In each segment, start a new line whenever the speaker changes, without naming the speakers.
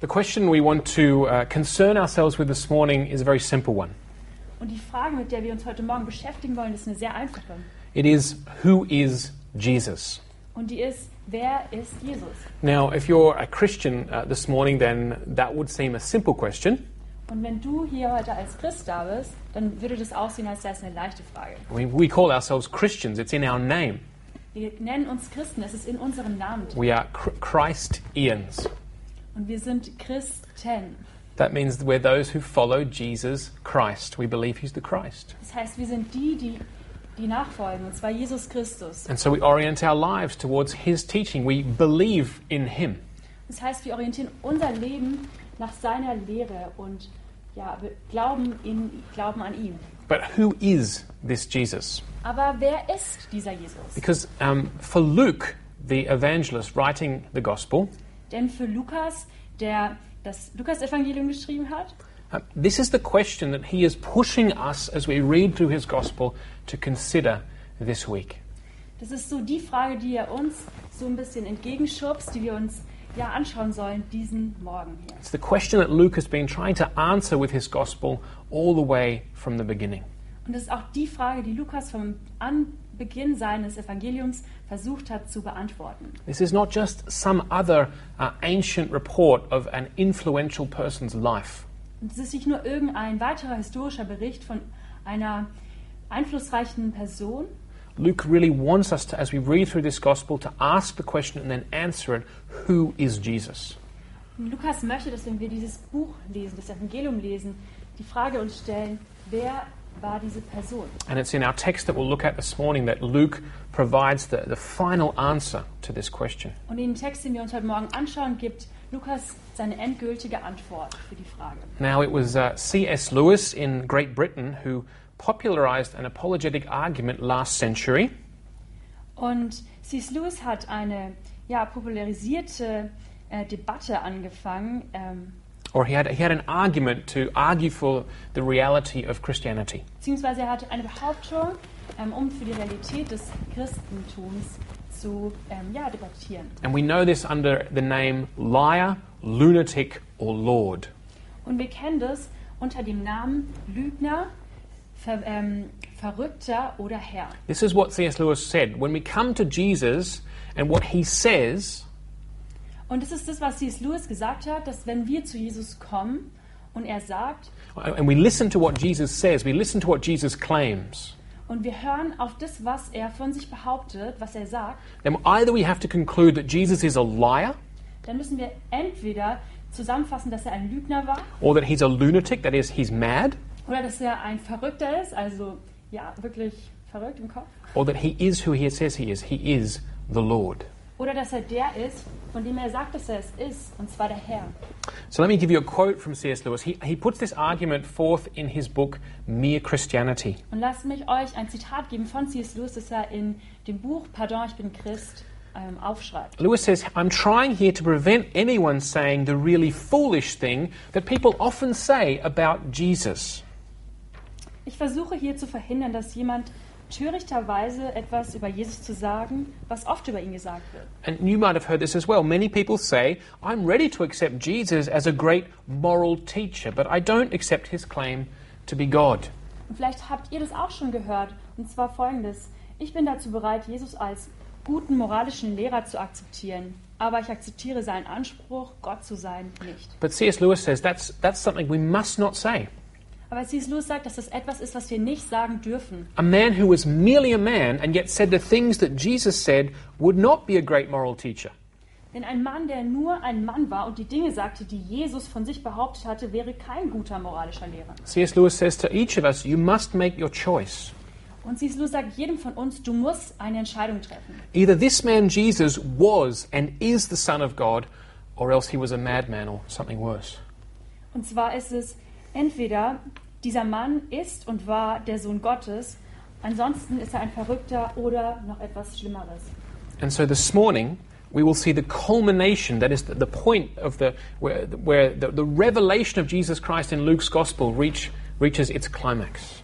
The question we want to uh, concern ourselves with this morning is a very simple one.
Und die Frage, mit der wir uns heute Morgen beschäftigen wollen, ist eine sehr einfache.
It is who is Jesus?
Und die ist, wer ist Jesus?
Now, if you're a Christian uh, this morning, then that would seem a simple question.
Und wenn du hier heute als Christ da bist, dann würde das aussehen, als wäre es eine leichte Frage.
We, we call ourselves Christians, it's in our name.
Wir nennen uns Christen, es ist in unserem Namen. drin.
We are Chr- Christians.
Und wir sind Christen.
That means we're those who follow Jesus Christ. We believe he's the Christ.
Das heißt, wir sind die, die, die nachfolgen, und zwar Jesus Christus.
And so we orient our lives towards his teaching. We believe in him.
Das heißt, wir orientieren unser Leben nach seiner Lehre und ja, wir glauben, in, glauben an ihn.
But who is this Jesus?
Aber wer ist dieser Jesus?
Because um, for Luke, the evangelist writing the gospel,
Denn für Lukas, der das Lukas-Evangelium geschrieben hat,
uh, this is the question that he is pushing us as we read through his gospel to consider this week.
das ist so die Frage, die er uns so ein bisschen entgegenschubst, die wir uns ja anschauen sollen diesen Morgen hier.
It's the question that Luke has been trying to answer with his gospel all the way from the beginning.
Und das ist auch die Frage, die Lukas vom Anbeginn seines Evangeliums versucht hat zu beantworten.
This is not just some other uh, ancient report of an influential person's life.
Und es ist nicht nur irgendein weiterer historischer Bericht von einer einflussreichen Person,
Luke really wants us to, as we read through this gospel, to ask the question and then answer it who is Jesus?
Lukas möchte, dass wenn wir dieses Buch lesen, das Evangelium lesen, die Frage uns stellen, wer war diese Person?
And it's in our text that we'll look at this morning that Luke provides the, the final answer to this question.
Und in dem Text, den wir uns heute Morgen anschauen, gibt Lukas seine endgültige Antwort für die Frage.
Now, it was uh, C.S. Lewis in Great Britain who popularized an apologetic argument last century.
Und C.S. Lewis hat eine ja, popularisierte äh, Debatte angefangen, ähm,
Or he had, he had an argument to argue for the reality of Christianity.
beziehungsweise er hat eine Behauptung, ähm, um für die Realität des Christentums zu ähm, ja, debattieren.
And we know this under the name liar, lunatic, or Lord.
Und wir kennen das unter dem Namen Lügner, Ver, ähm, Verrückter oder Herr.
This is what C.S. Lewis said. When we come to Jesus and what he says,
Und das ist das, was C.S. Lewis gesagt hat, dass wenn wir zu Jesus kommen und er sagt,
and we listen to what Jesus says, we listen to what Jesus claims,
und wir hören auf das, was er von sich behauptet, was er sagt,
then either we have to conclude that Jesus is a liar
dann müssen wir entweder zusammenfassen, dass er ein Lügner war
or that he's a lunatic, that is, he's mad,
oder dass er ein Verrückter ist, also ja, wirklich verrückt im Kopf,
or that he is who he says he is. He is the Lord.
oder dass er der ist, von dem er sagt, dass er es ist, und zwar der Herr.
So let me give you a quote from C.S. Lewis. He, he puts this argument forth in his book, Mere Christianity.
Und lasst mich euch ein Zitat geben von C.S. Lewis, das er in dem Buch Pardon, ich bin Christ ähm, aufschreibt.
Lewis says, I'm trying here to prevent anyone saying the really foolish thing that people often say about Jesus.
Ich versuche hier zu verhindern, dass jemand törichterweise etwas über Jesus zu sagen, was oft über ihn gesagt wird.
And you might have heard this as well. Many people say, I'm ready to accept Jesus as a great moral teacher, but I don't accept his claim to be God.
Und vielleicht habt ihr das auch schon gehört, und zwar folgendes. Ich bin dazu bereit, Jesus als guten moralischen Lehrer zu akzeptieren, aber ich akzeptiere seinen Anspruch, Gott zu sein, nicht.
But C.S. Lewis says that's, that's something we must not say.
Aber C.S. Lewis sagt, dass das etwas ist, was wir nicht sagen dürfen.
A man who was merely a man and yet said the things that Jesus said would not be a great moral teacher.
Denn ein Mann, der nur ein Mann war und die Dinge sagte, die Jesus von sich behauptet hatte, wäre kein guter moralischer Lehrer.
C.S. Lewis says to each of us, you must make your choice.
Und C.S. Lewis sagt jedem von uns, du musst eine Entscheidung treffen.
Either this man Jesus was and is the Son of God, or else he was a madman or something worse.
Und zwar ist es entweder dieser Mann ist und war der Sohn Gottes, ansonsten ist er ein Verrückter oder noch etwas Schlimmeres.
And so this morning, we will see the culmination, that is, the, the point of the, where, where the, the revelation of Jesus Christ in Luke's Gospel reach, reaches its climax.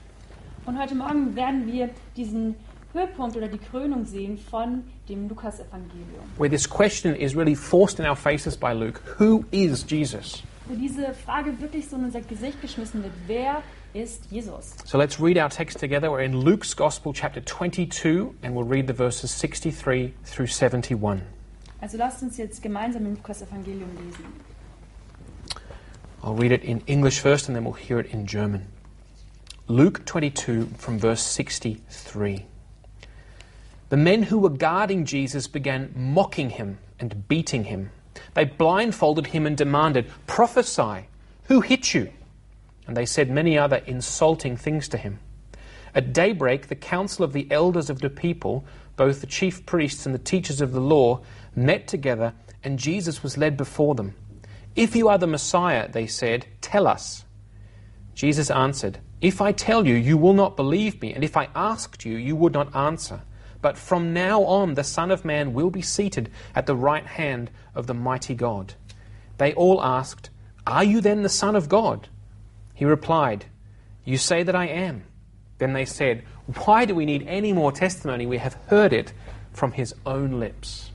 Und heute Morgen werden wir diesen Höhepunkt oder die Krönung sehen von dem Lukasevangelium.
where this question is really forced in our faces by Luke Who is Jesus?
Wo diese Frage wirklich so in unser Gesicht geschmissen wird, wer ist Jesus?
So let's read our text together. We're in Luke's Gospel, chapter 22, and we'll read the verses 63 through 71.
Also lasst uns jetzt gemeinsam im Lukas-Evangelium lesen.
I'll read it in English first and then we'll hear it in German. Luke 22 from verse 63. The men who were guarding Jesus began mocking him and beating him. They blindfolded him and demanded, Prophesy, who hit you? And they said many other insulting things to him. At daybreak, the council of the elders of the people, both the chief priests and the teachers of the law, met together, and Jesus was led before them. If you are the Messiah, they said, tell us. Jesus answered, If I tell you, you will not believe me, and if I asked you, you would not answer. But from now on, the Son of Man will be seated at the right hand of the mighty God. They all asked, Are you then the Son of God? He replied, You say that I am. Then they said, Why do we need any more testimony? We have heard it from his own lips.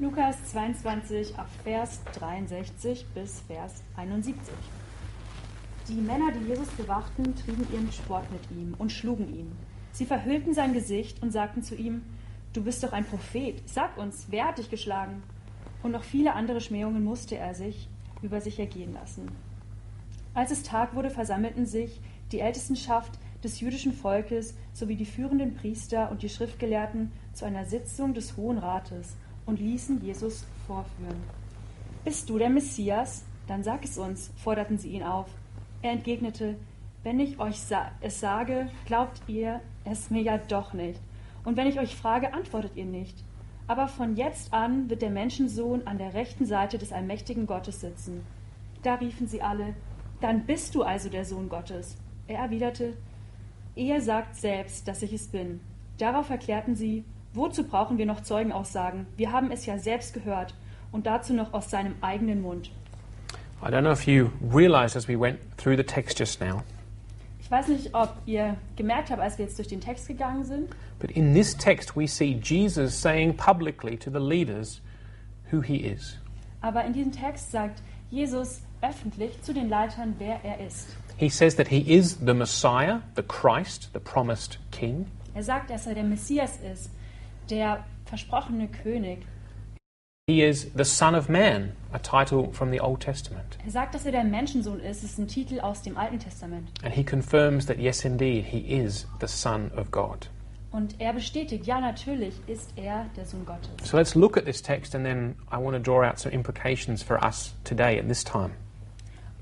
Lukas 22 ab Vers 63 bis Vers 71. Die Männer, die Jesus bewachten, trieben ihren Sport mit ihm und schlugen ihn. Sie verhüllten sein Gesicht und sagten zu ihm, Du bist doch ein Prophet, sag uns, wer hat dich geschlagen? Und noch viele andere Schmähungen musste er sich über sich ergehen lassen. Als es Tag wurde, versammelten sich die Ältestenschaft des jüdischen Volkes sowie die führenden Priester und die Schriftgelehrten zu einer Sitzung des Hohen Rates und ließen Jesus vorführen. Bist du der Messias? Dann sag es uns, forderten sie ihn auf. Er entgegnete, wenn ich euch sa es sage, glaubt ihr es mir ja doch nicht. Und wenn ich euch frage, antwortet ihr nicht. Aber von jetzt an wird der Menschensohn an der rechten Seite des allmächtigen Gottes sitzen. Da riefen sie alle, dann bist du also der Sohn Gottes. Er erwiderte, er sagt selbst, dass ich es bin. Darauf erklärten sie, wozu brauchen wir noch Zeugenaussagen? Wir haben es ja selbst gehört und dazu noch aus seinem eigenen Mund.
I don't know if you realized as we went through the text just now,
Ich weiß nicht, ob ihr gemerkt habt, als wir jetzt durch den Text gegangen sind,
but in this text we see Jesus saying publicly to the leaders who he is.
aber in diesem Text sagt Jesus öffentlich zu den Leitern, wer er ist.
He says that he is the Messiah, the Christ, the promised king.
Er sagt, dass er der Messias ist, der versprochene König.
He is the Son of Man, a title from the Old Testament.
Er sagt, dass er der Menschensohn ist, ist ein Titel aus dem Alten Testament.
And he confirms that, yes, indeed, he is the Son of God.
Und er bestätigt, ja natürlich ist er der Sohn Gottes.
So let's look at this text, and then I want to draw out some implications for us today at this time.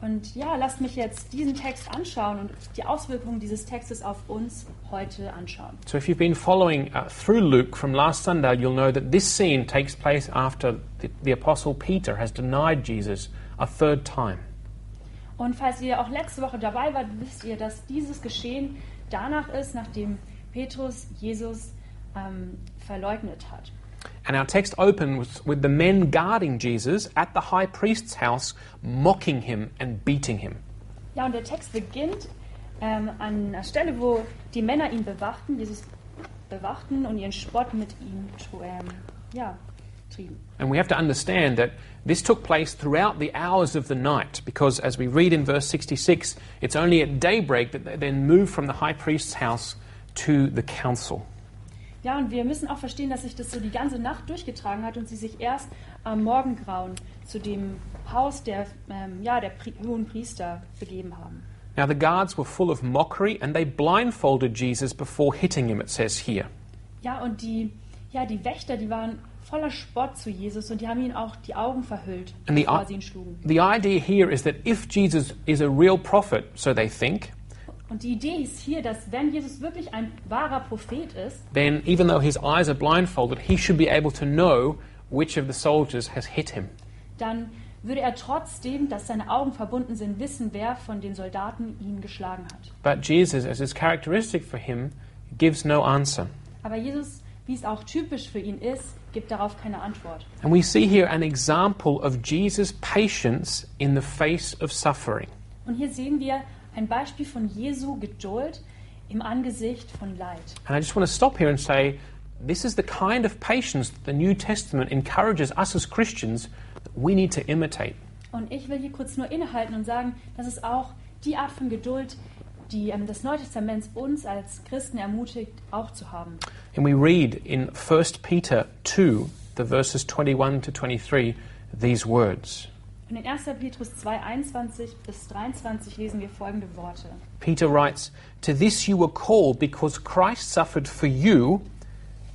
Und ja, lasst mich jetzt diesen Text anschauen und die Auswirkungen dieses Textes auf uns heute anschauen.
So, if you've been following uh, through Luke from last Sunday, you'll know that this scene takes place after the, the Apostle Peter has denied Jesus a third time.
Und falls ihr auch letzte Woche dabei wart, wisst ihr, dass dieses Geschehen danach ist, nachdem Petrus Jesus ähm, verleugnet hat.
And our text opens with the men guarding Jesus at the high priest's house, mocking him and beating him.
Ja, und der Text beginnt ähm, an einer Stelle, wo die Männer ihn bewachten, Jesus bewachten und ihren Sport mit ihm ähm, ja, trieben.
And we have to understand that this took place throughout the hours of the night, because as we read in verse 66, it's only at daybreak that they then move from the high priest's house to the council.
Ja, und wir müssen auch verstehen, dass sich das so die ganze Nacht durchgetragen hat und sie sich erst am Morgengrauen zu dem Haus der, ähm, ja, der Pri hohen Priester begeben haben.
Now, the guards were full of mockery and they blindfolded Jesus before hitting him, it says here.
Ja, und die, ja, die Wächter, die waren voller Spott zu Jesus und die haben ihn auch die Augen verhüllt,
And the,
bevor
i-
sie ihn schlugen.
the idea here is that if Jesus is a real prophet, so they think,
Und die Idee ist hier, dass wenn Jesus wirklich ein wahrer Prophet ist,
then even though his eyes are blindfolded, he should be able to know which of the soldiers has hit him.
dann würde er trotzdem, dass seine Augen verbunden sind, wissen, wer von den Soldaten ihn geschlagen hat.
But Jesus, as is characteristic for him, gives no answer.
Aber Jesus, wie es auch typisch für ihn ist, gibt darauf keine Antwort.
And we see here an example of Jesus' patience in the face of suffering.
Und hier sehen wir ein Beispiel von Jesu Geduld im Angesicht von Leid.
And I just want to stop here and say this is the kind of patience that the New Testament encourages us as Christians that we need to imitate.
Und ich will hier kurz nur innehalten und sagen, dass es auch die Art von Geduld, die ähm, das Neue Testament uns als Christen ermutigt, auch zu haben.
And we read in 1 Peter 2, the verses 21 to 23, these words.
Und in 1. Petrus 2, 21 bis 23 lesen wir folgende Worte.
Peter writes, To this you were called because Christ suffered for you.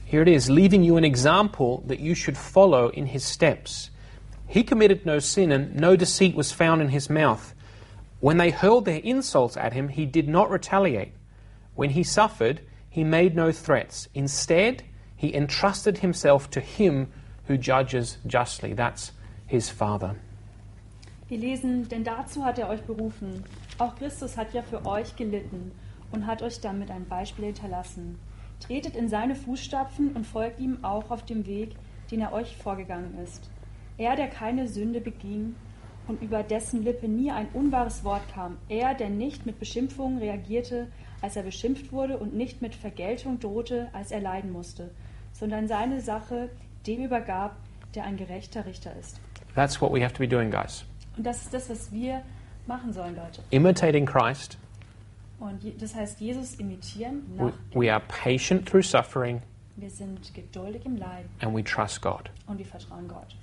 Here it is, leaving you an example that you should follow in his steps. He committed no sin, and no deceit was found in his mouth. When they hurled their insults at him, he did not retaliate. When he suffered, he made no threats. Instead, he entrusted himself to him who judges justly. That's his Father.
Wir lesen, denn dazu hat er euch berufen. Auch Christus hat ja für euch gelitten und hat euch damit ein Beispiel hinterlassen. Tretet in seine Fußstapfen und folgt ihm auch auf dem Weg, den er euch vorgegangen ist. Er, der keine Sünde beging und über dessen Lippe nie ein unwahres Wort kam. Er, der nicht mit Beschimpfungen reagierte, als er beschimpft wurde und nicht mit Vergeltung drohte, als er leiden musste, sondern seine Sache dem übergab, der ein gerechter Richter ist.
That's what we have to be doing, guys.
Und das ist das, was wir machen sollen, Leute.
Imitating Christ,
Und je- das heißt, Jesus imitieren,
we,
nach,
we are patient through suffering
wir sind geduldig im Leiden
and we trust God.
und wir vertrauen Gott.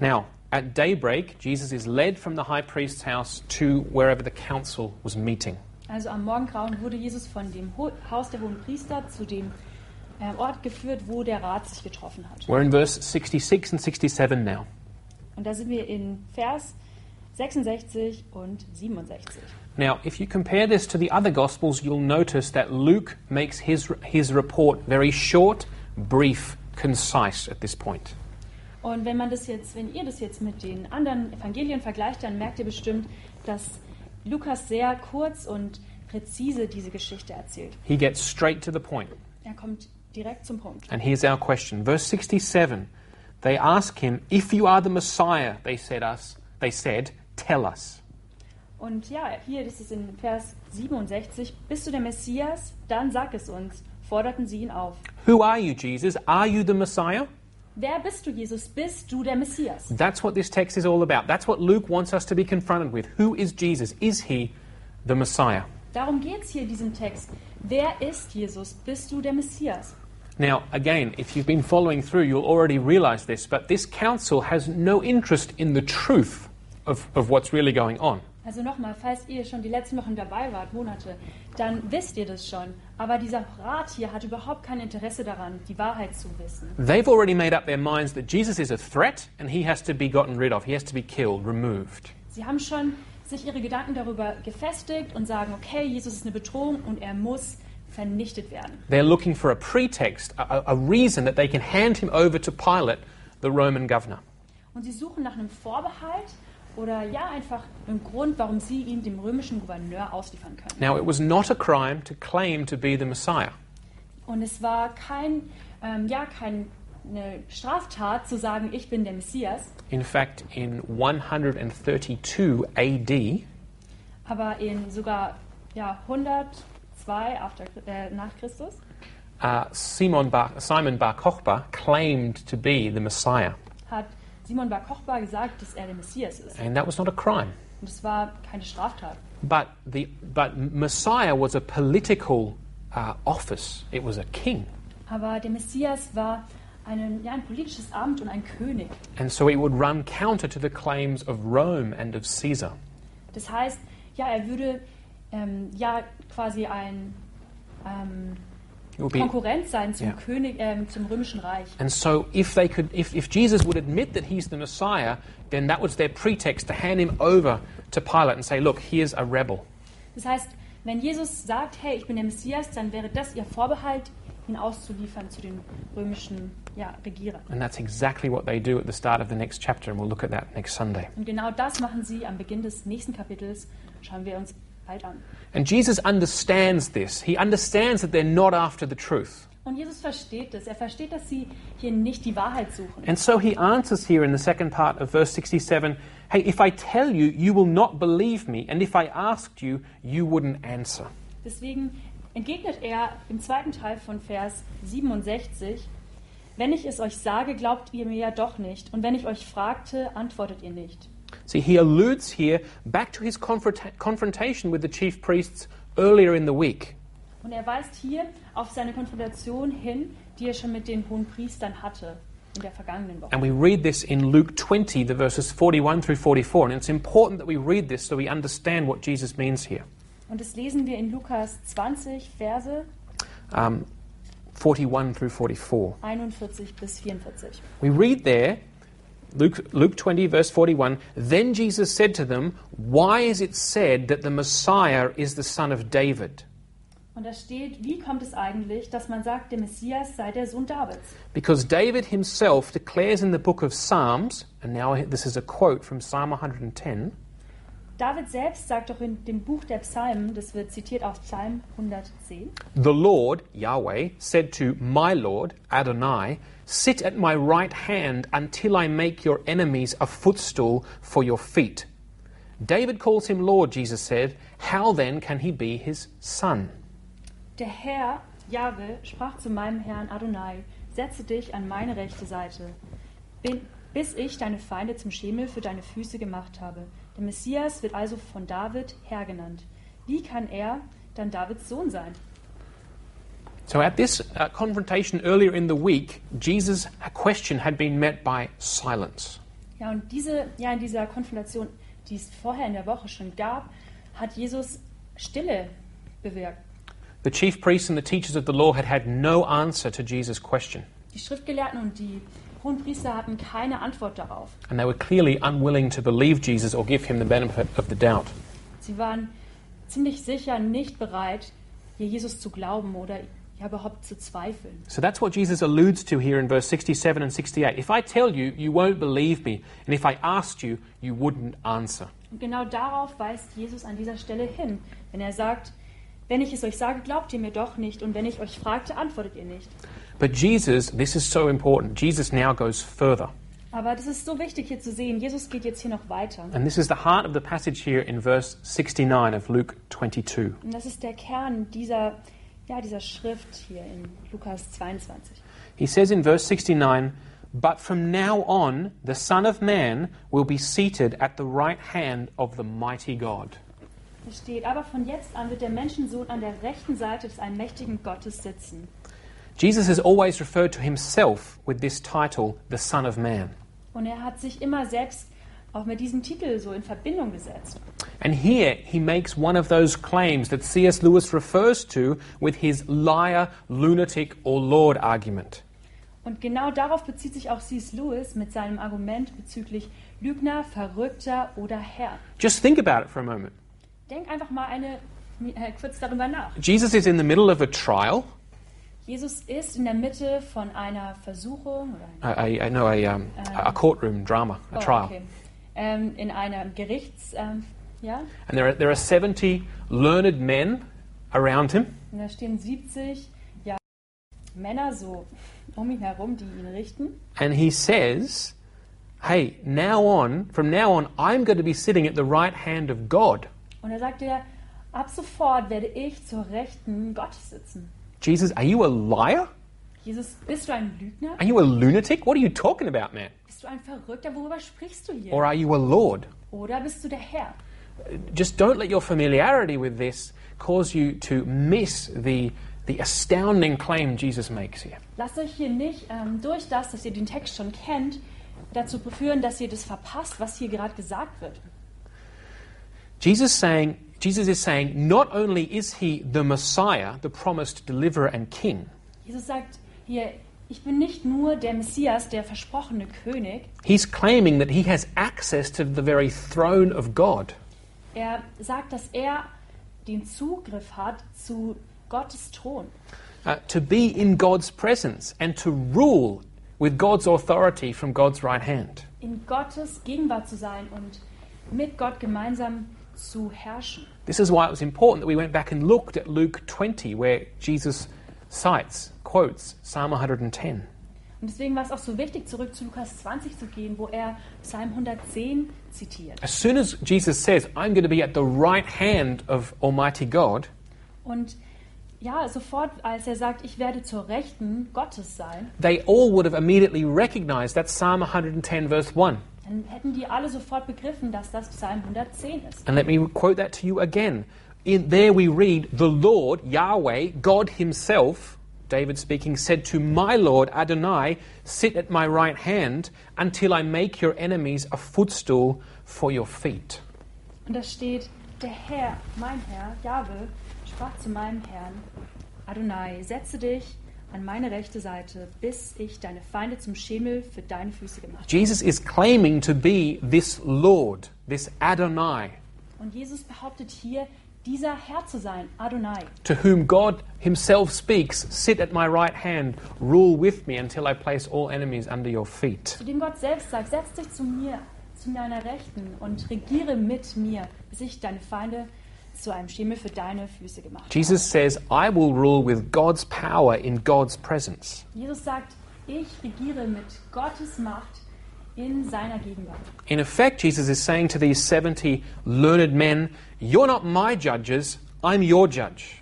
Now, at daybreak, Jesus is led from the high priest's house to wherever the council was meeting.
Also am Morgengrauen wurde Jesus von dem Ho Haus der hohen Priester zu dem äh, Ort geführt, wo der Rat sich getroffen hat.
We're in verse 66 and 67 now.
Und da sind wir in Vers 66 und 67.
Now, if you compare this to the other Gospels, you'll notice that Luke makes his, his report very short, brief, concise at this point.
Und wenn man das jetzt, wenn ihr das jetzt mit den anderen Evangelien vergleicht, dann merkt ihr bestimmt, dass Lukas sehr kurz und präzise diese Geschichte erzählt.
He gets straight to the point.
Er kommt direkt zum Punkt.
And here's our question. Verse 67 They ask him, If you are the Messiah, they said, us, they said tell us.
Und ja, hier ist es in Vers 67. Bist du der Messias? Dann sag es uns, forderten sie ihn auf.
Who are you, Jesus? Are you the Messiah?
Wer bist du, Jesus? Bist du der Messias?
That's what this text is all about. That's what Luke wants us to be confronted with. Who is Jesus? Is he the Messiah?
Darum geht es hier in diesem Text. Wer ist Jesus? Bist du der Messias?
Now, again, if you've been following through, you'll already realize this, but this council has no interest in the truth of, of what's really going on.
Also nochmal, falls ihr schon die letzten Wochen dabei wart, Monate, dann wisst ihr das schon. Aber dieser Rat hier hat überhaupt kein Interesse daran, die Wahrheit zu wissen.
They've already made up their minds that Jesus is a threat and he has to be gotten rid of, he has to be killed, removed.
Sie haben schon sich ihre Gedanken darüber gefestigt und sagen, okay, Jesus ist eine Bedrohung und er muss vernichtet werden.
They're looking for a pretext, a, a- a reason that they can hand him over to Pilate, the Roman governor.
Und sie suchen nach einem Vorbehalt oder ja, einfach einen Grund, warum sie ihn dem römischen Gouverneur ausliefern können.
Now, it was not a crime to claim to be the Messiah.
Und es war kein, ähm, ja, keine Straftat zu sagen, ich bin der Messias.
In fact, in 132 AD,
Aber in sogar ja, 102 after, äh, nach Christus
uh, Simon, Bar, Simon Bar Kochba claimed to be the Messiah,
hat Simon Bar Kochba gesagt, dass er der Messias ist.
and that was not a crime.
Und es war keine Straftat.
But, the, but Messiah was a political uh, office, it was a king.
Aber der Messias war einen, ja, ein politisches Amt und ein König.
And so it would run counter to the claims of Rome and of Caesar.
Das heißt, ja, er würde ähm, ja quasi ein ähm,
It would be,
Konkurrent sein zum
Ja.
König, ähm, zum Römischen Reich.
and so if, they could, if, if Jesus would admit that he's the Messiah, then that was their pretext to hand him over to Pilate and say, look, here's a rebel.
Das heißt, wenn Jesus sagt, hey, ich bin der Messias, dann wäre das ihr Vorbehalt, ihn auszuliefern zu den römischen ja, Regierern.
And that's exactly what they do at the start of the next chapter, and we'll look at that next Sunday.
Und genau das machen sie am Beginn des nächsten Kapitels. Schauen wir uns bald an.
And Jesus understands this. He understands that they're not after the truth.
Und Jesus versteht das. Er versteht, dass sie hier nicht die Wahrheit suchen.
And so he answers here in the second part of verse 67 Hey, if I tell you, you will not believe me, and if I asked you, you wouldn't answer.
Deswegen entgegnet er im zweiten Teil von Vers 67, wenn ich es euch sage, glaubt ihr mir ja doch nicht, und wenn ich euch fragte, antwortet ihr nicht.
See, he alludes here back to his confront- confrontation with the chief priests earlier in the week.
Und er weist hier auf seine Konfrontation hin, die er schon mit den hohen Priestern hatte in der vergangenen Woche.
And we read this in Luke 20, the verses 41 through 44. And it's important that we read this so we understand what Jesus means here.
Und das lesen wir in Lukas 20, Verse
Um, 41 through 44.
41 bis 44.
We read there, Luke, Luke 20, verse 41 Then Jesus said to them, Why is it said that the Messiah is the son of David?
Und da steht, wie kommt es eigentlich, dass man sagt, der Messias sei der Sohn Davids?
Because David himself declares in the book of Psalms, and now this is a quote from Psalm 110.
David selbst sagt doch in dem Buch der Psalmen, das wird zitiert auf Psalm 110,
The Lord, Yahweh, said to my Lord, Adonai, Sit at my right hand until I make your enemies a footstool for your feet. David calls him Lord, Jesus said. How then can he be his son?
Der Herr, Jahwe, sprach zu meinem Herrn Adonai, setze dich an meine rechte Seite, bin, bis ich deine Feinde zum Schemel für deine Füße gemacht habe. Der Messias wird also von David Herr genannt. Wie kann er dann Davids Sohn sein?
So at this uh, confrontation earlier in the week, Jesus' question had been met by silence.
Ja, und diese, ja, in dieser Konfrontation, die es vorher in der Woche schon gab, hat Jesus Stille bewirkt.
The chief priests and the teachers of the law had had no answer to Jesus' question,
Die Schriftgelehrten und die Hohenpriester hatten keine Antwort darauf.
and they were clearly unwilling to believe Jesus or give him the benefit of the doubt.
Sie waren ziemlich sicher nicht bereit, hier Jesus zu glauben oder ja überhaupt zu zweifeln.
So that's what Jesus alludes to here in verse 67 and 68. If I tell you, you won't believe me, and if I asked you, you wouldn't answer.
Und genau darauf weist Jesus an dieser Stelle hin, wenn er sagt, wenn ich es euch sage, glaubt ihr mir doch nicht, und wenn ich euch fragte, antwortet ihr nicht.
But Jesus, this is so important, Jesus now goes further.
Aber das ist so wichtig hier zu sehen. Jesus geht jetzt hier noch weiter.
And this is the heart of the passage here in verse 69 of Luke 22.
Und das ist der Kern dieser, ja, dieser Schrift hier in Lukas 22.
He says in verse 69, But from now on, the Son of Man will be seated at the right hand of the mighty God.
Da steht, aber von jetzt an wird der Menschensohn an der rechten Seite des allmächtigen Gottes sitzen.
Jesus has always referred to himself with this title, the Son of Man.
Und er hat sich immer selbst auch mit diesem Titel so in Verbindung gesetzt.
And here he makes one of those claims that C.S. Lewis refers to with his liar, lunatic, or Lord argument.
Und genau darauf bezieht sich auch C.S. Lewis mit seinem Argument bezüglich Lügner, Verrückter oder Herr.
Just think about it for a moment.
Denk einfach mal eine, äh, kurz darüber nach.
Jesus is in the middle of a trial,
Jesus ist in der Mitte von einer Versuchung oder einer,
a, a, a- no, a, um, a a courtroom drama, a trial.
Oh, okay. ähm, in einem Gerichts, ähm, ja,
And there are, there are 70 learned men around him,
und da stehen 70 ja, Männer so um ihn herum, die ihn richten.
and he says, Hey, now on, from now on, I'm going to be sitting at the right hand of God.
Und da sagt er, ab sofort werde ich zur rechten Gottes sitzen.
Jesus, are you a liar?
Jesus, bist du ein Lügner?
Are you a lunatic? What are you talking about, man?
Bist du ein Verrückter? Worüber sprichst du hier?
Or are you a Lord?
Oder bist du der Herr?
just don't let your familiarity with this cause you to miss the, the astounding claim Jesus makes here.
Lasst euch hier nicht ähm, durch das, dass ihr den Text schon kennt, dazu führen, dass ihr das verpasst, was hier gerade gesagt wird.
Jesus, saying, Jesus is saying, not only is he the Messiah, the promised deliverer and king,
Jesus sagt hier, ich bin nicht nur der Messias, der versprochene König.
he's claiming that he has access to the very throne of God.
Er sagt, dass er den Zugriff hat zu Gottes Thron.
Uh, to be in God's presence and to rule with God's authority from God's right hand.
in Gottes Gegenwart zu sein und mit Gott gemeinsam zu herrschen.
This is why it was important that we went back and looked at Luke 20, where Jesus cites, quotes Psalm 110.
Und deswegen war es auch so wichtig, zurück zu Lukas 20 zu gehen, wo er Psalm 110 zitiert.
As soon as Jesus says, I'm going to be at the right hand of Almighty God,
Und ja, sofort, als er sagt, ich werde zur Rechten Gottes sein,
they all would have immediately recognized that's Psalm 110, verse 1.
dann hätten die alle sofort begriffen, dass das Psalm 110 ist.
And let me quote that to you again. In there we read, The Lord, Yahweh, God Himself, David speaking, said to my Lord Adonai, Sit at my right hand until I make your enemies a footstool for your feet.
Und da steht, der Herr, mein Herr, Jahwe, sprach zu meinem Herrn, Adonai, setze dich an meine rechte Seite, bis ich deine Feinde zum Schemel für deine Füße gemacht
Jesus is claiming to be this Lord, this Adonai,
habe. Und Jesus behauptet hier, dieser Herr zu sein, Adonai,
to whom God Himself speaks, Sit at my right hand, rule with me until I place all enemies under your feet.
zu dem Gott selbst sagt, setz dich zu mir, zu meiner Rechten und regiere mit mir, bis ich deine Feinde zu einem Schemel für deine Füße gemacht habe.
Jesus says, I will rule with God's power in God's presence.
Jesus sagt, ich regiere mit Gottes Macht in seiner Gegenwart.
In effect, Jesus is saying to these 70 learned men, You're not my judges, I'm your judge.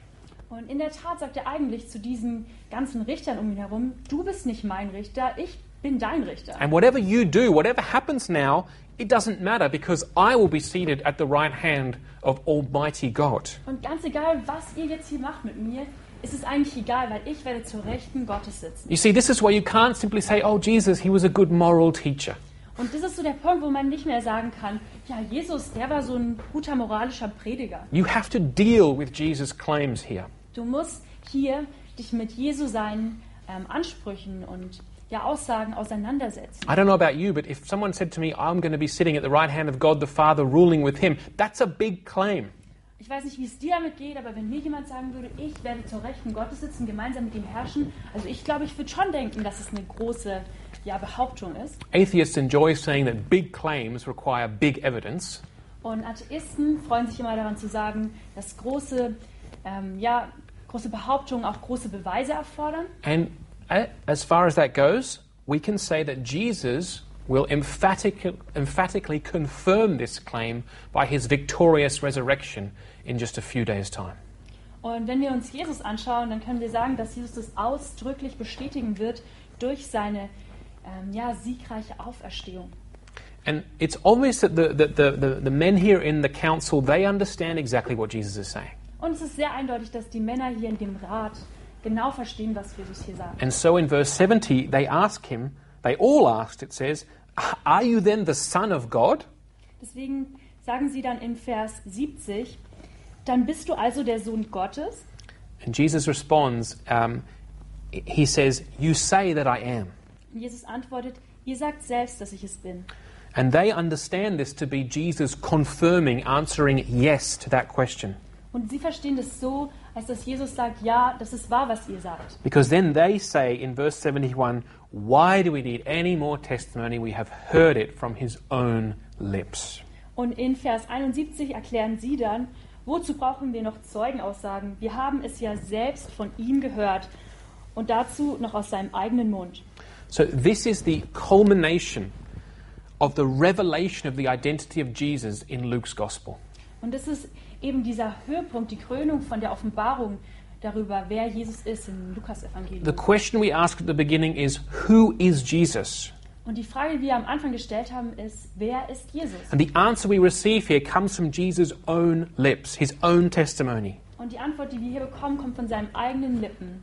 Und in der Tat sagt er eigentlich zu diesen ganzen Richtern um ihn herum, du bist nicht mein Richter, ich bin dein Richter.
And whatever you do, whatever happens now, it doesn't matter because I will be seated at the right hand of Almighty God.
Und ganz egal, was ihr jetzt hier macht mit mir, ist es eigentlich egal, weil ich werde zur Rechten Gottes sitzen.
You see, this is why you can't simply say, Oh, Jesus, he was a good moral teacher.
Und das ist so der Punkt, wo man nicht mehr sagen kann, ja, Jesus, der war so ein guter moralischer Prediger.
You have to deal with Jesus' claims here.
Du musst hier dich mit Jesu seinen ähm, Ansprüchen und ja, Aussagen auseinandersetzen.
I don't know about you, but if someone said to me, I'm going to be sitting at the right hand of God the Father, ruling with him, that's a big claim.
Ich weiß nicht, wie es dir damit geht, aber wenn mir jemand sagen würde, ich werde zur Rechten Gottes sitzen, gemeinsam mit ihm herrschen, also ich glaube, ich würde schon denken, dass es eine große ja, Behauptung ist.
Atheists enjoy saying that big claims require big evidence,
Und Atheisten freuen sich immer daran zu sagen, dass große, ähm, ja, große Behauptungen auch große Beweise erfordern.
and a- as far as that goes, we can say that Jesus will emphatic, emphatically confirm this claim by his victorious resurrection in just a few days' time.
Und wenn wir uns Jesus anschauen, dann können wir sagen, dass Jesus das ausdrücklich bestätigen wird durch seine ähm, ja, siegreiche Auferstehung.
And it's obvious that the, the, the, the, the men here in the council, they understand exactly what Jesus is saying.
Und es ist sehr eindeutig, dass die Männer hier in dem Rat genau verstehen, was Jesus hier sagt.
And so in verse 70, they ask him, they all asked, it says, Are you then the Son of God?
Deswegen sagen sie dann in Vers 70, dann bist du also der Sohn Gottes.
And Jesus responds, um, He says, You say that I am.
Und Jesus antwortet, ihr sagt selbst, dass ich es bin.
And they understand this to be Jesus confirming, answering yes to that question.
Und sie verstehen das so, als dass Jesus sagt, ja, das ist wahr, was ihr sagt.
Because then they say in verse 71, Why do we need any more testimony? We have heard it from His own lips.
Und in Vers 71 erklären sie dann, wozu brauchen wir noch Zeugenaussagen? Wir haben es ja selbst von ihm gehört und dazu noch aus seinem eigenen Mund.
So, this is the culmination of the revelation of the identity of Jesus in Luke's gospel.
Und das ist eben dieser Höhepunkt, die Krönung von der Offenbarung darüber, wer Jesus ist im
The
Lukas-Evangelium.
question we ask at the beginning is Who is Jesus?
Und die Frage, die wir am Anfang gestellt haben, ist, wer ist Jesus?
And the answer we receive here comes from Jesus' own lips, his own testimony.
Und die Antwort, die wir hier bekommen, kommt von seinen eigenen Lippen.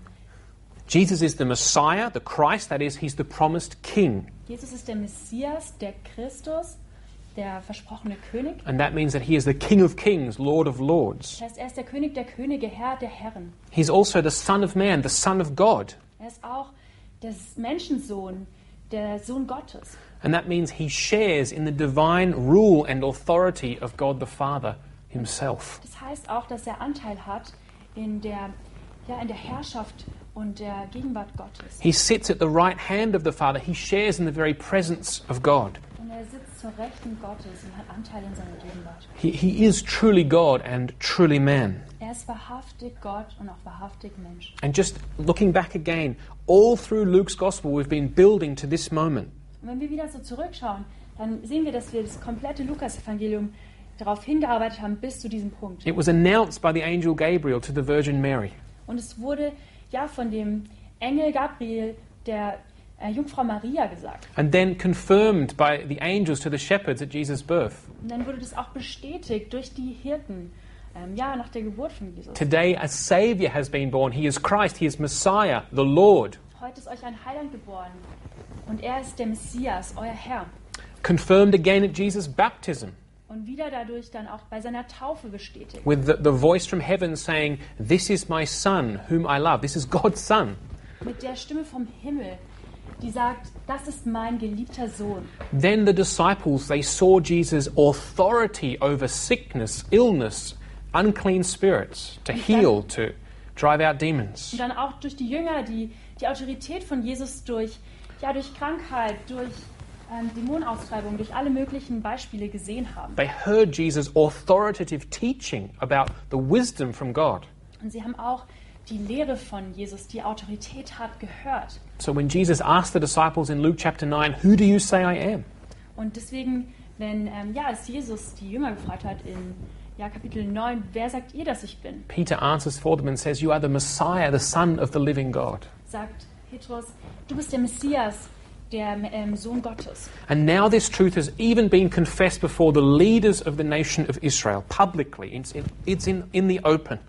Jesus is the Messiah, the Christ, that is, he's the promised king.
Jesus ist der Messias, der Christus, der versprochene König.
And that means that he is the King of kings, Lord of lords.
Das heißt, er ist der König der Könige, Herr der Herren.
He's also the Son of Man, the Son of God.
Er ist auch des Menschensohn, der Sohn Gottes.
And that means he shares in the divine rule and authority of God the Father himself.
Das heißt auch, dass er Anteil hat in der, ja, in der Herrschaft und der Gegenwart Gottes.
He sits at the right hand of the Father, he shares in the very presence of God.
Und er sitzt zur Rechten Gottes und hat Anteil in seiner Gegenwart.
He, he is truly God and truly man.
Er ist wahrhaftig Gott und auch wahrhaftig Mensch.
And just looking back again, all through Luke's gospel, we've been building to this moment.
Und wenn wir wieder so zurückschauen, dann sehen wir, dass wir das komplette Lukas-Evangelium darauf hingearbeitet haben bis zu diesem Punkt.
It was announced by the angel Gabriel to the Virgin Mary.
Und es wurde ja von dem Engel Gabriel der äh, Jungfrau Maria gesagt.
and then confirmed by the angels to the shepherds at Jesus' birth.
Und dann wurde das auch bestätigt durch die Hirten, ähm, ja, nach der Geburt von Jesus.
Today, a Savior has been born. He is Christ, He is Messiah, the Lord.
Heute ist euch ein Heiland geboren. Und er ist der Messias, euer Herr.
Confirmed again at Jesus' baptism
Und wieder dadurch dann auch bei seiner Taufe bestätigt.
with the, the voice from heaven saying, This is my Son, whom I love. This is God's Son.
Mit der Stimme vom Himmel, die sagt, das ist mein geliebter Sohn.
Then the disciples, they saw Jesus' authority over sickness, illness, unclean spirits, to heal, to drive out demons.
Und dann auch durch die Jünger, die die Autorität von Jesus durch, ja, durch Krankheit, durch ähm, Dämonenaustreibung, durch alle möglichen Beispiele gesehen haben.
They heard Jesus' authoritative teaching about the wisdom from God.
Und sie haben auch die Lehre von Jesus, die Autorität hat, gehört.
So when Jesus asked the disciples in Luke chapter 9, Who do you say I am?
Und deswegen, wenn, ähm, ja, als Jesus die Jünger gefragt hat in ja, Kapitel 9, wer sagt ihr, dass ich bin?
Peter answers for them and says, You are the Messiah, the Son of the living God.
Sagt Petrus, du bist der Messias, der ähm, Sohn Gottes.
And now this truth has even been confessed before the leaders of the nation of Israel publicly. It's in, it's in, in the open.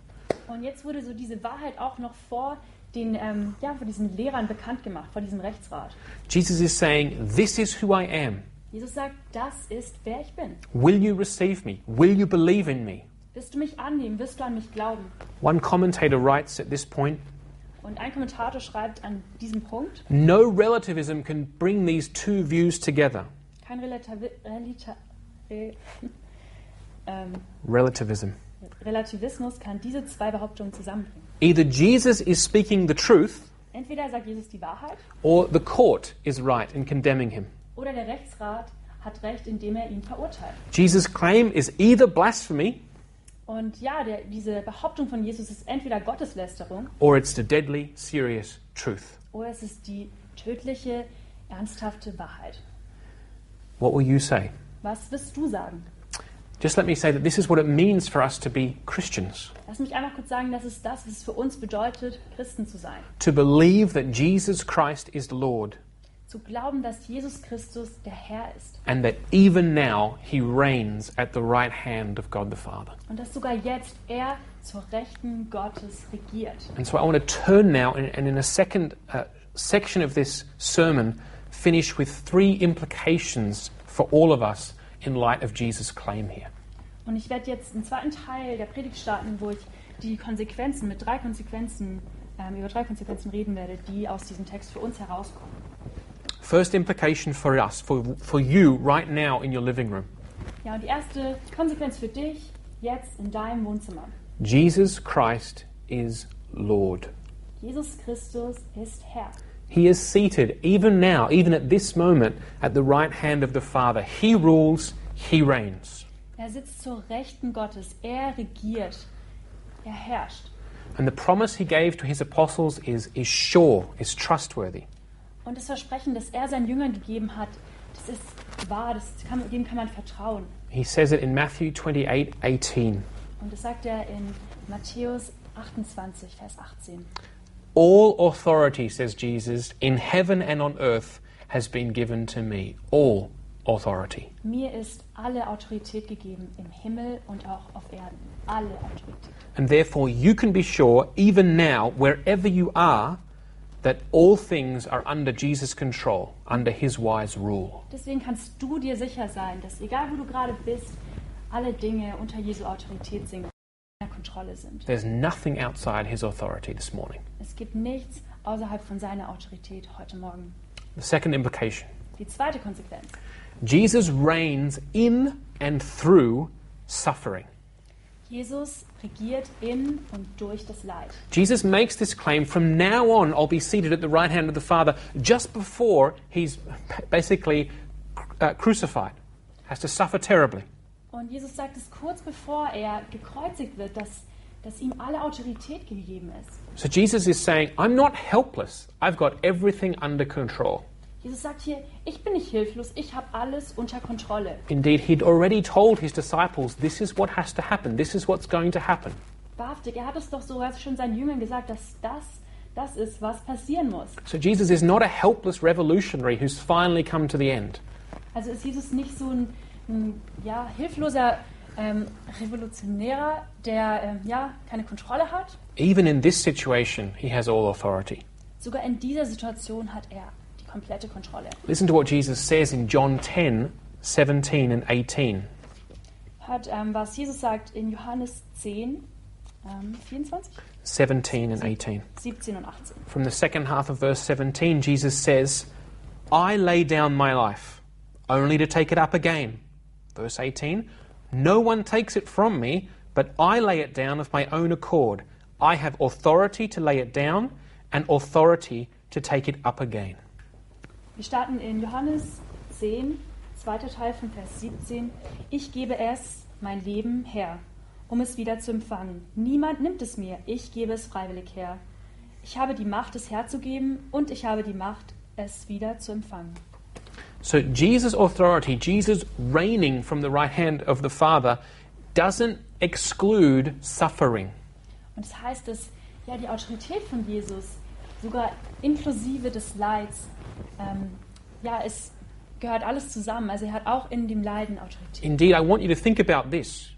Und jetzt wurde so diese Wahrheit auch noch vor den, ähm, ja, vor diesen Lehrern bekannt gemacht, vor diesem Rechtsrat.
Jesus is saying, This is who I am.
Jesus sagt, das ist, wer ich bin.
Will you receive me? Will you believe in me?
Wirst du mich annehmen? Wirst du an mich glauben?
One commentator writes at this point
Und ein Kommentator schreibt an diesem Punkt,
No relativism can bring these two views together.
kein Relatavi Relita Re ähm,
Relativism.
Relativismus kann diese zwei Behauptungen zusammenbringen.
Either Jesus is speaking the truth,
Entweder sagt Jesus die Wahrheit
or the court is right in condemning him.
oder der Rechtsrat hat recht, indem er ihn verurteilt.
Jesus' claim is either blasphemy
Und ja, der, diese Behauptung von Jesus ist entweder Gotteslästerung
or it's the deadly, serious truth.
oder es ist die tödliche, ernsthafte Wahrheit.
What will you say?
Was wirst du sagen?
Just let me say that this is what it means for us to be Christians
Lass mich einfach kurz sagen, das ist das, was es für uns bedeutet, Christen zu sein.
to believe that Jesus Christ is Lord
Zu glauben, dass Jesus Christus der Herr ist
and that even now he reigns at the right hand of God the Father.
und dass sogar jetzt er zur Rechten Gottes regiert.
And so I want to turn now, and, and in a second uh, section of this sermon, finish with three implications for all of us in light of Jesus' claim here.
Und ich werde jetzt einen zweiten Teil der Predigt starten, wo ich die Konsequenzen mit drei Konsequenzen ähm, über drei Konsequenzen reden werde, die aus diesem Text für uns herauskommen.
First implication for us, for, for you right now in your living room
Ja, und die erste Konsequenz für dich jetzt in deinem Wohnzimmer.
Jesus Christ is Lord.
Jesus Christus ist Herr.
He is seated, even now, even at this moment, at the right hand of the Father. He rules, He reigns.
Er sitzt zur Rechten Gottes. Er regiert. Er herrscht.
And the promise He gave to His apostles is, is sure, is trustworthy.
Und das Versprechen, das er seinen Jüngern gegeben hat, das ist wahr. Das kann, dem kann man vertrauen.
He says it in Matthew 28 18.
Und das sagt er in Matthäus 28, Vers 18.
All authority, says Jesus, in heaven and on earth has been given to me. All authority.
Mir ist alle Autorität gegeben im Himmel und auch auf Erden. Alle Autorität.
And therefore, you can be sure, even now, wherever you are, that all things are under Jesus' control, under His wise rule.
Deswegen kannst du dir sicher sein, dass egal wo du gerade bist, alle Dinge unter Jesu Autorität sind, seiner Kontrolle sind.
There's nothing outside His authority this morning.
Es gibt nichts außerhalb von seiner Autorität heute Morgen.
The second implication
Die zweite Konsequenz.
Jesus reigns in and through suffering.
Jesus regiert in und durch das Leid.
Jesus makes this claim from now on, I'll be seated at the right hand of the Father, just before he's basically uh, crucified, has to suffer terribly.
Und Jesus sagt es kurz bevor er gekreuzigt wird, dass, dass ihm alle Autorität gegeben ist.
So Jesus is saying, I'm not helpless, I've got everything under control.
Jesus sagt hier, ich bin nicht hilflos, ich habe alles unter Kontrolle.
Indeed, he'd already told his disciples, this is what has to happen, this is what's going to happen.
wahrhaftig, er hat es doch sogar schon seinen Jüngern gesagt, dass das das ist, was passieren muss.
So Jesus is not a helpless revolutionary who's finally come to the end.
Also ist Jesus nicht so ein, ein ja, hilfloser ähm, Revolutionärer, der ähm, ja, keine Kontrolle hat.
Even in this situation, he has all authority.
Sogar in dieser Situation hat er die komplette Kontrolle.
Listen to what Jesus says in John 10 17 and 18.
Hat, ähm, was Jesus sagt in Johannes 10, ähm, 24,
17 and 18.
17 und 18.
From the second half of verse 17, Jesus says, I lay down my life, only to take it up again. Verse 18, No one takes it from me, but I lay it down of my own accord. I have authority to lay it down and authority to take it up again.
Wir starten in Johannes 10, zweiter Teil von Vers 17. Ich gebe es, mein Leben, her, um es wieder zu empfangen. Niemand nimmt es mir, ich gebe es freiwillig her. Ich habe die Macht, es herzugeben und ich habe die Macht, es wieder zu empfangen.
So Jesus' authority, Jesus reigning from the right hand of the Father, doesn't exclude suffering.
Und das heißt, dass ja die Autorität von Jesus, sogar inklusive des Leids, ähm, ja, es gehört alles zusammen. Also er hat auch in dem Leiden Autorität.
Indeed, I want you to think about this.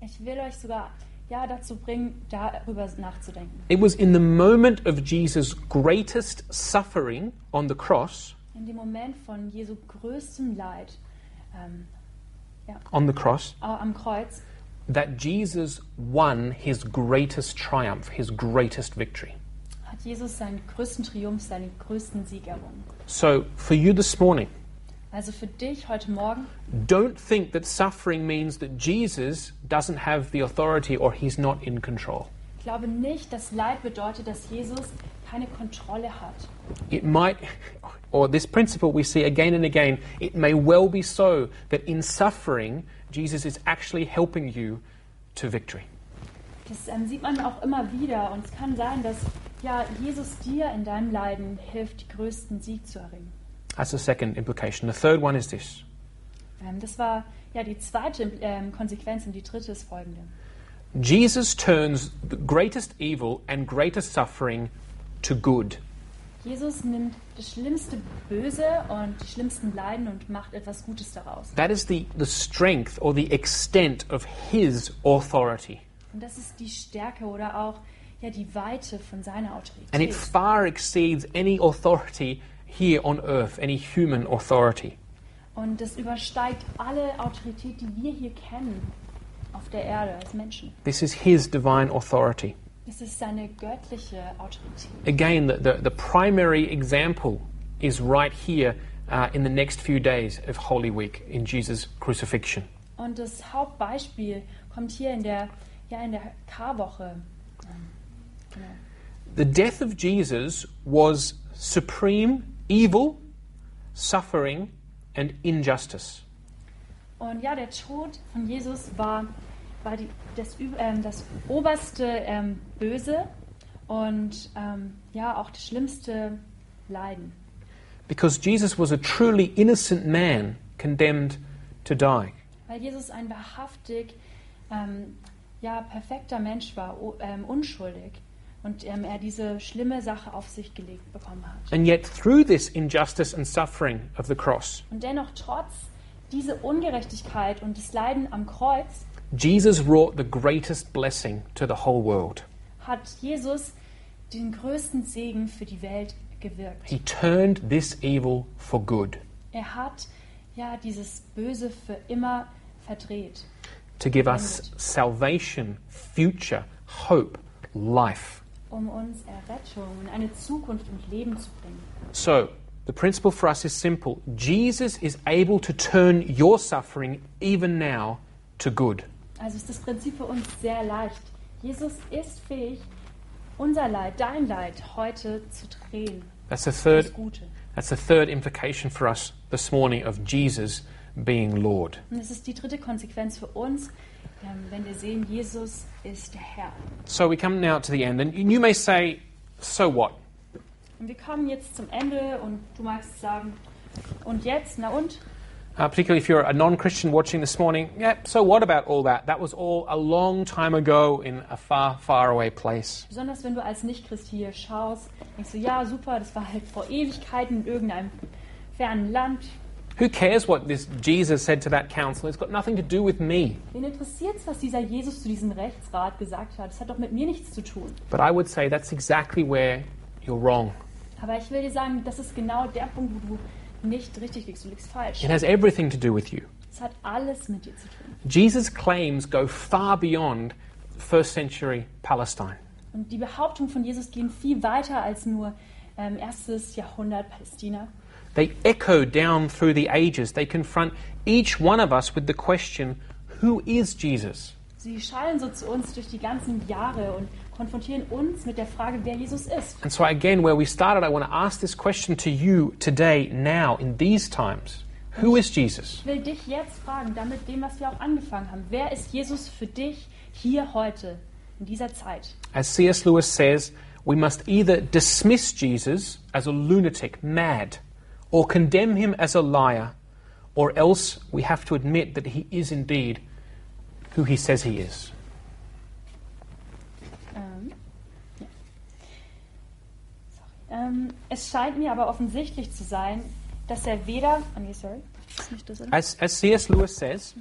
Ich will euch sogar ja dazu bringen, darüber nachzudenken.
It was in the moment of Jesus' greatest suffering on the cross,
In dem Moment von Jesu größtem Leid ähm,
on the cross,
au- am Kreuz
that Jesus won his greatest triumph, his greatest victory.
hat Jesus seinen größten Triumph, seinen größten Sieg errungen.
So, for you this morning,
Also für dich heute Morgen,
don't think that suffering means that Jesus doesn't have the authority or he's not in control.
glaube nicht, dass Leid bedeutet, dass Jesus keine Kontrolle hat.
It might, or this principle we see again and again, it may well be so that in suffering, Jesus is actually helping you to victory.
Das ähm, sieht man auch immer wieder und es kann sein, dass ja, Jesus dir in deinem Leiden hilft, den größten Sieg zu erringen.
That's the second implication. The third one is this
Ähm, das war ja die zweite ähm, Konsequenz und die dritte ist folgende.
Jesus turns the greatest evil and greatest suffering to good.
Jesus nimmt das schlimmste Böse und die schlimmsten Leiden und macht etwas Gutes daraus.
That is the, the strength or the extent of his authority.
Und das ist die Stärke oder auch ja, die Weite von seiner
And it
Autorität.
far exceeds any authority here on earth, any human authority.
Und das übersteigt alle Autorität, die wir hier kennen auf der Erde als Menschen.
This is his divine authority.
Es ist seine göttliche Autorität.
Again, the, the, the primary example is right here uh, in the next few days of Holy Week in Jesus' crucifixion.
Und das Hauptbeispiel kommt hier in der, ja, in der Karwoche. Ähm, Genau.
The death of Jesus was supreme evil, suffering, and injustice.
Und ja, der Tod von Jesus war, war die, das, Ü- ähm, das oberste ähm, Böse und ähm, ja auch das schlimmste Leiden.
Because Jesus was a truly innocent man condemned to die.
Weil Jesus ein wahrhaftig ähm, ja, perfekter Mensch war, o- ähm, unschuldig und ähm, er diese schlimme Sache auf sich gelegt bekommen hat.
And yet, through this injustice and suffering of the cross,
Und dennoch trotz diese Ungerechtigkeit und das Leiden am Kreuz
Jesus wrought the greatest blessing to the whole world.
hat Jesus den größten Segen für die Welt gewirkt.
He turned this evil for good
Er hat ja dieses Böse für immer verdreht,
to give us salvation, future, hope, life.
um uns Errettung und eine Zukunft und Leben zu bringen.
So, the principle for us is simple Jesus is able to turn your suffering, even now, to good.
Also ist das Prinzip für uns sehr leicht. Jesus ist fähig, unser Leid, dein Leid heute zu drehen.
That's the
Das
third,
Gute.
that's the third implication for us this morning of Jesus being Lord.
Und es ist die dritte Konsequenz für uns, ähm, wenn wir sehen, Jesus ist der Herr.
So, we come now to the end, and you may say, So what?
Und wir kommen jetzt zum Ende und du magst sagen, und jetzt, na und?
Uh, particularly if you're a non Christian watching this morning, yeah, so what about all that? That was all a long time ago in a far, far away place.
Besonders wenn du als Nichtchrist hier schaust, denkst du, ja, super, das war halt vor Ewigkeiten in irgendeinem fernen Land.
Who cares what this Jesus said to that council? It's got nothing to do with me.
Wen interessiert's, was dieser Jesus zu diesem Rechtsrat gesagt hat? Das hat doch mit mir nichts zu tun.
But I would say that's exactly where you're wrong.
Aber ich will dir sagen, das ist genau der Punkt, wo du nicht richtig liegst. Du liegst falsch.
It has everything to do with you.
Es hat alles mit dir zu tun.
Jesus' claims go far beyond first century Palestine.
Und die Behauptungen von Jesus gehen viel weiter als nur ähm, erstes Jahrhundert Palästina.
They echo down through the ages. They confront each one of us with the question who is Jesus?
Sie schallen so zu uns durch die ganzen Jahre und konfrontieren uns mit der Frage, wer Jesus ist.
And so, again, where we started, I want to ask this question to you today, now, in these times Who is Jesus?
Ich will dich jetzt fragen, damit dem, was wir auch angefangen haben, wer ist Jesus für dich hier heute, in dieser Zeit?
As C.S. Lewis says, we must either dismiss Jesus as a lunatic, mad, or condemn him as a liar, or else we have to admit that he is indeed who he says he is.
Ähm, ja. Sorry. Ähm, es scheint mir aber offensichtlich zu sein, dass er weder. Oh nee, sorry. Ist nicht das, oder?
As, as C.S. Lewis says,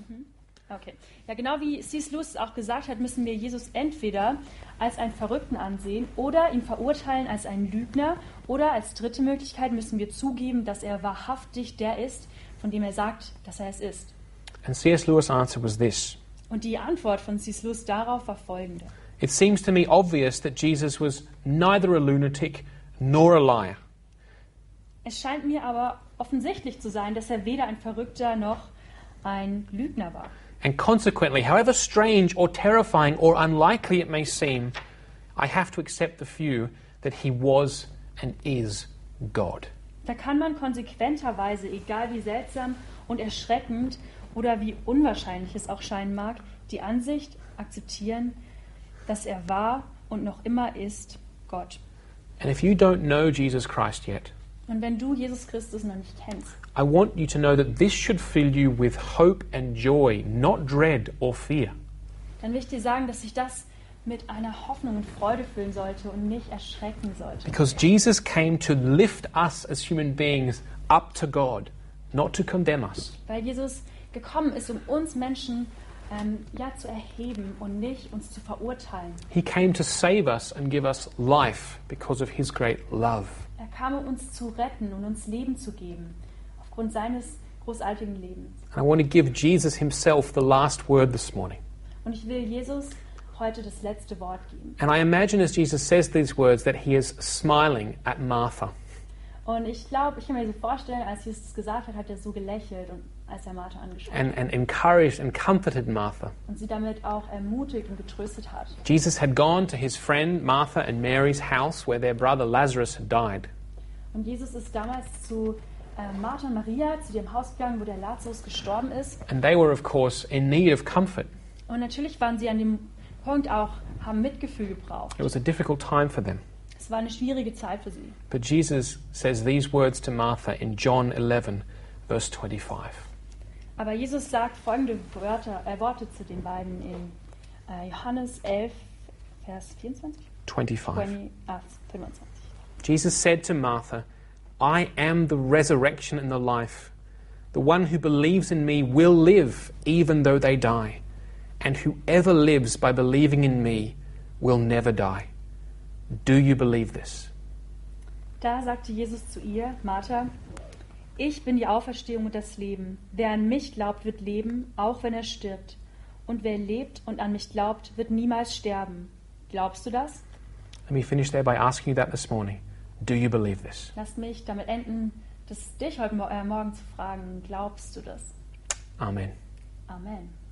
Okay. Ja, genau wie C.S. Lewis auch gesagt hat, müssen wir Jesus entweder als einen Verrückten ansehen oder ihn verurteilen als einen Lügner oder als dritte Möglichkeit müssen wir zugeben, dass er wahrhaftig der ist, von dem er sagt, dass er es ist.
and C.S. Lewis' answer was this
Und die Antwort von C.S. Lewis darauf war folgende.
It seems to me obvious that Jesus was neither a lunatic nor a liar.
Es scheint mir aber offensichtlich zu sein, dass er weder ein Verrückter noch ein Lügner war.
And consequently, however strange or terrifying or unlikely it may seem, I have to accept the view that he was and is God.
Da kann man konsequenterweise, egal wie seltsam und erschreckend oder wie unwahrscheinlich es auch scheinen mag, die Ansicht akzeptieren, dass er war und noch immer ist Gott.
And if you don't know Jesus Christ yet,
Und wenn du Jesus Christus noch nicht kennst,
I want you to know that this should fill you with hope and joy, not dread or fear.
dann will ich dir sagen, dass sich das mit einer Hoffnung und Freude füllen sollte und nicht erschrecken sollte.
Because Jesus came to lift us as human beings up to God, not to condemn us.
Weil Jesus gekommen ist, um uns Menschen ähm, ja, zu erheben und nicht uns zu verurteilen.
He came to save us and give us life because of his great love.
Er kam, um uns zu retten und uns Leben zu geben, aufgrund seines großartigen Lebens.
And I want to give Jesus himself the last word this morning.
Und ich will Jesus heute das letzte Wort geben.
And I imagine as Jesus says these words that he is smiling at Martha.
Und ich glaube, ich kann mir so vorstellen, als Jesus das gesagt hat, hat er so gelächelt und als er Martha angeschaut
and, and encouraged and comforted Martha.
und sie damit auch ermutigt und getröstet hat.
Jesus had gone to his friend Martha and Mary's house where their brother Lazarus had died.
Und Jesus ist damals zu äh, Martha und Maria, zu dem Haus gegangen, wo der Lazarus gestorben ist.
And they were, of course, in need of comfort.
Und natürlich waren sie an dem Punkt auch, haben Mitgefühl gebraucht.
It was a difficult time for them.
Es war eine schwierige Zeit für sie.
But Jesus says these words to Martha in John 11, verse 25.
Aber Jesus sagt folgende Wörter, äh, Worte zu den beiden in äh, Johannes 11, Vers 24,
25.
20, ah, 25.
Jesus said to Martha, I am the resurrection and the life. The one who believes in me will live even though they die, and whoever lives by believing in me will never die. Do you believe this?
Da sagte Jesus zu ihr, Martha, ich bin die Auferstehung und das Leben. Wer an mich glaubt, wird leben, auch wenn er stirbt. Und wer lebt und an mich glaubt, wird niemals sterben. Glaubst du das?
Let me finish there by asking you that this morning. Do you believe this?
Lass mich damit enden, das dich heute Mo- äh, Morgen zu fragen. Glaubst du das?
Amen.
Amen.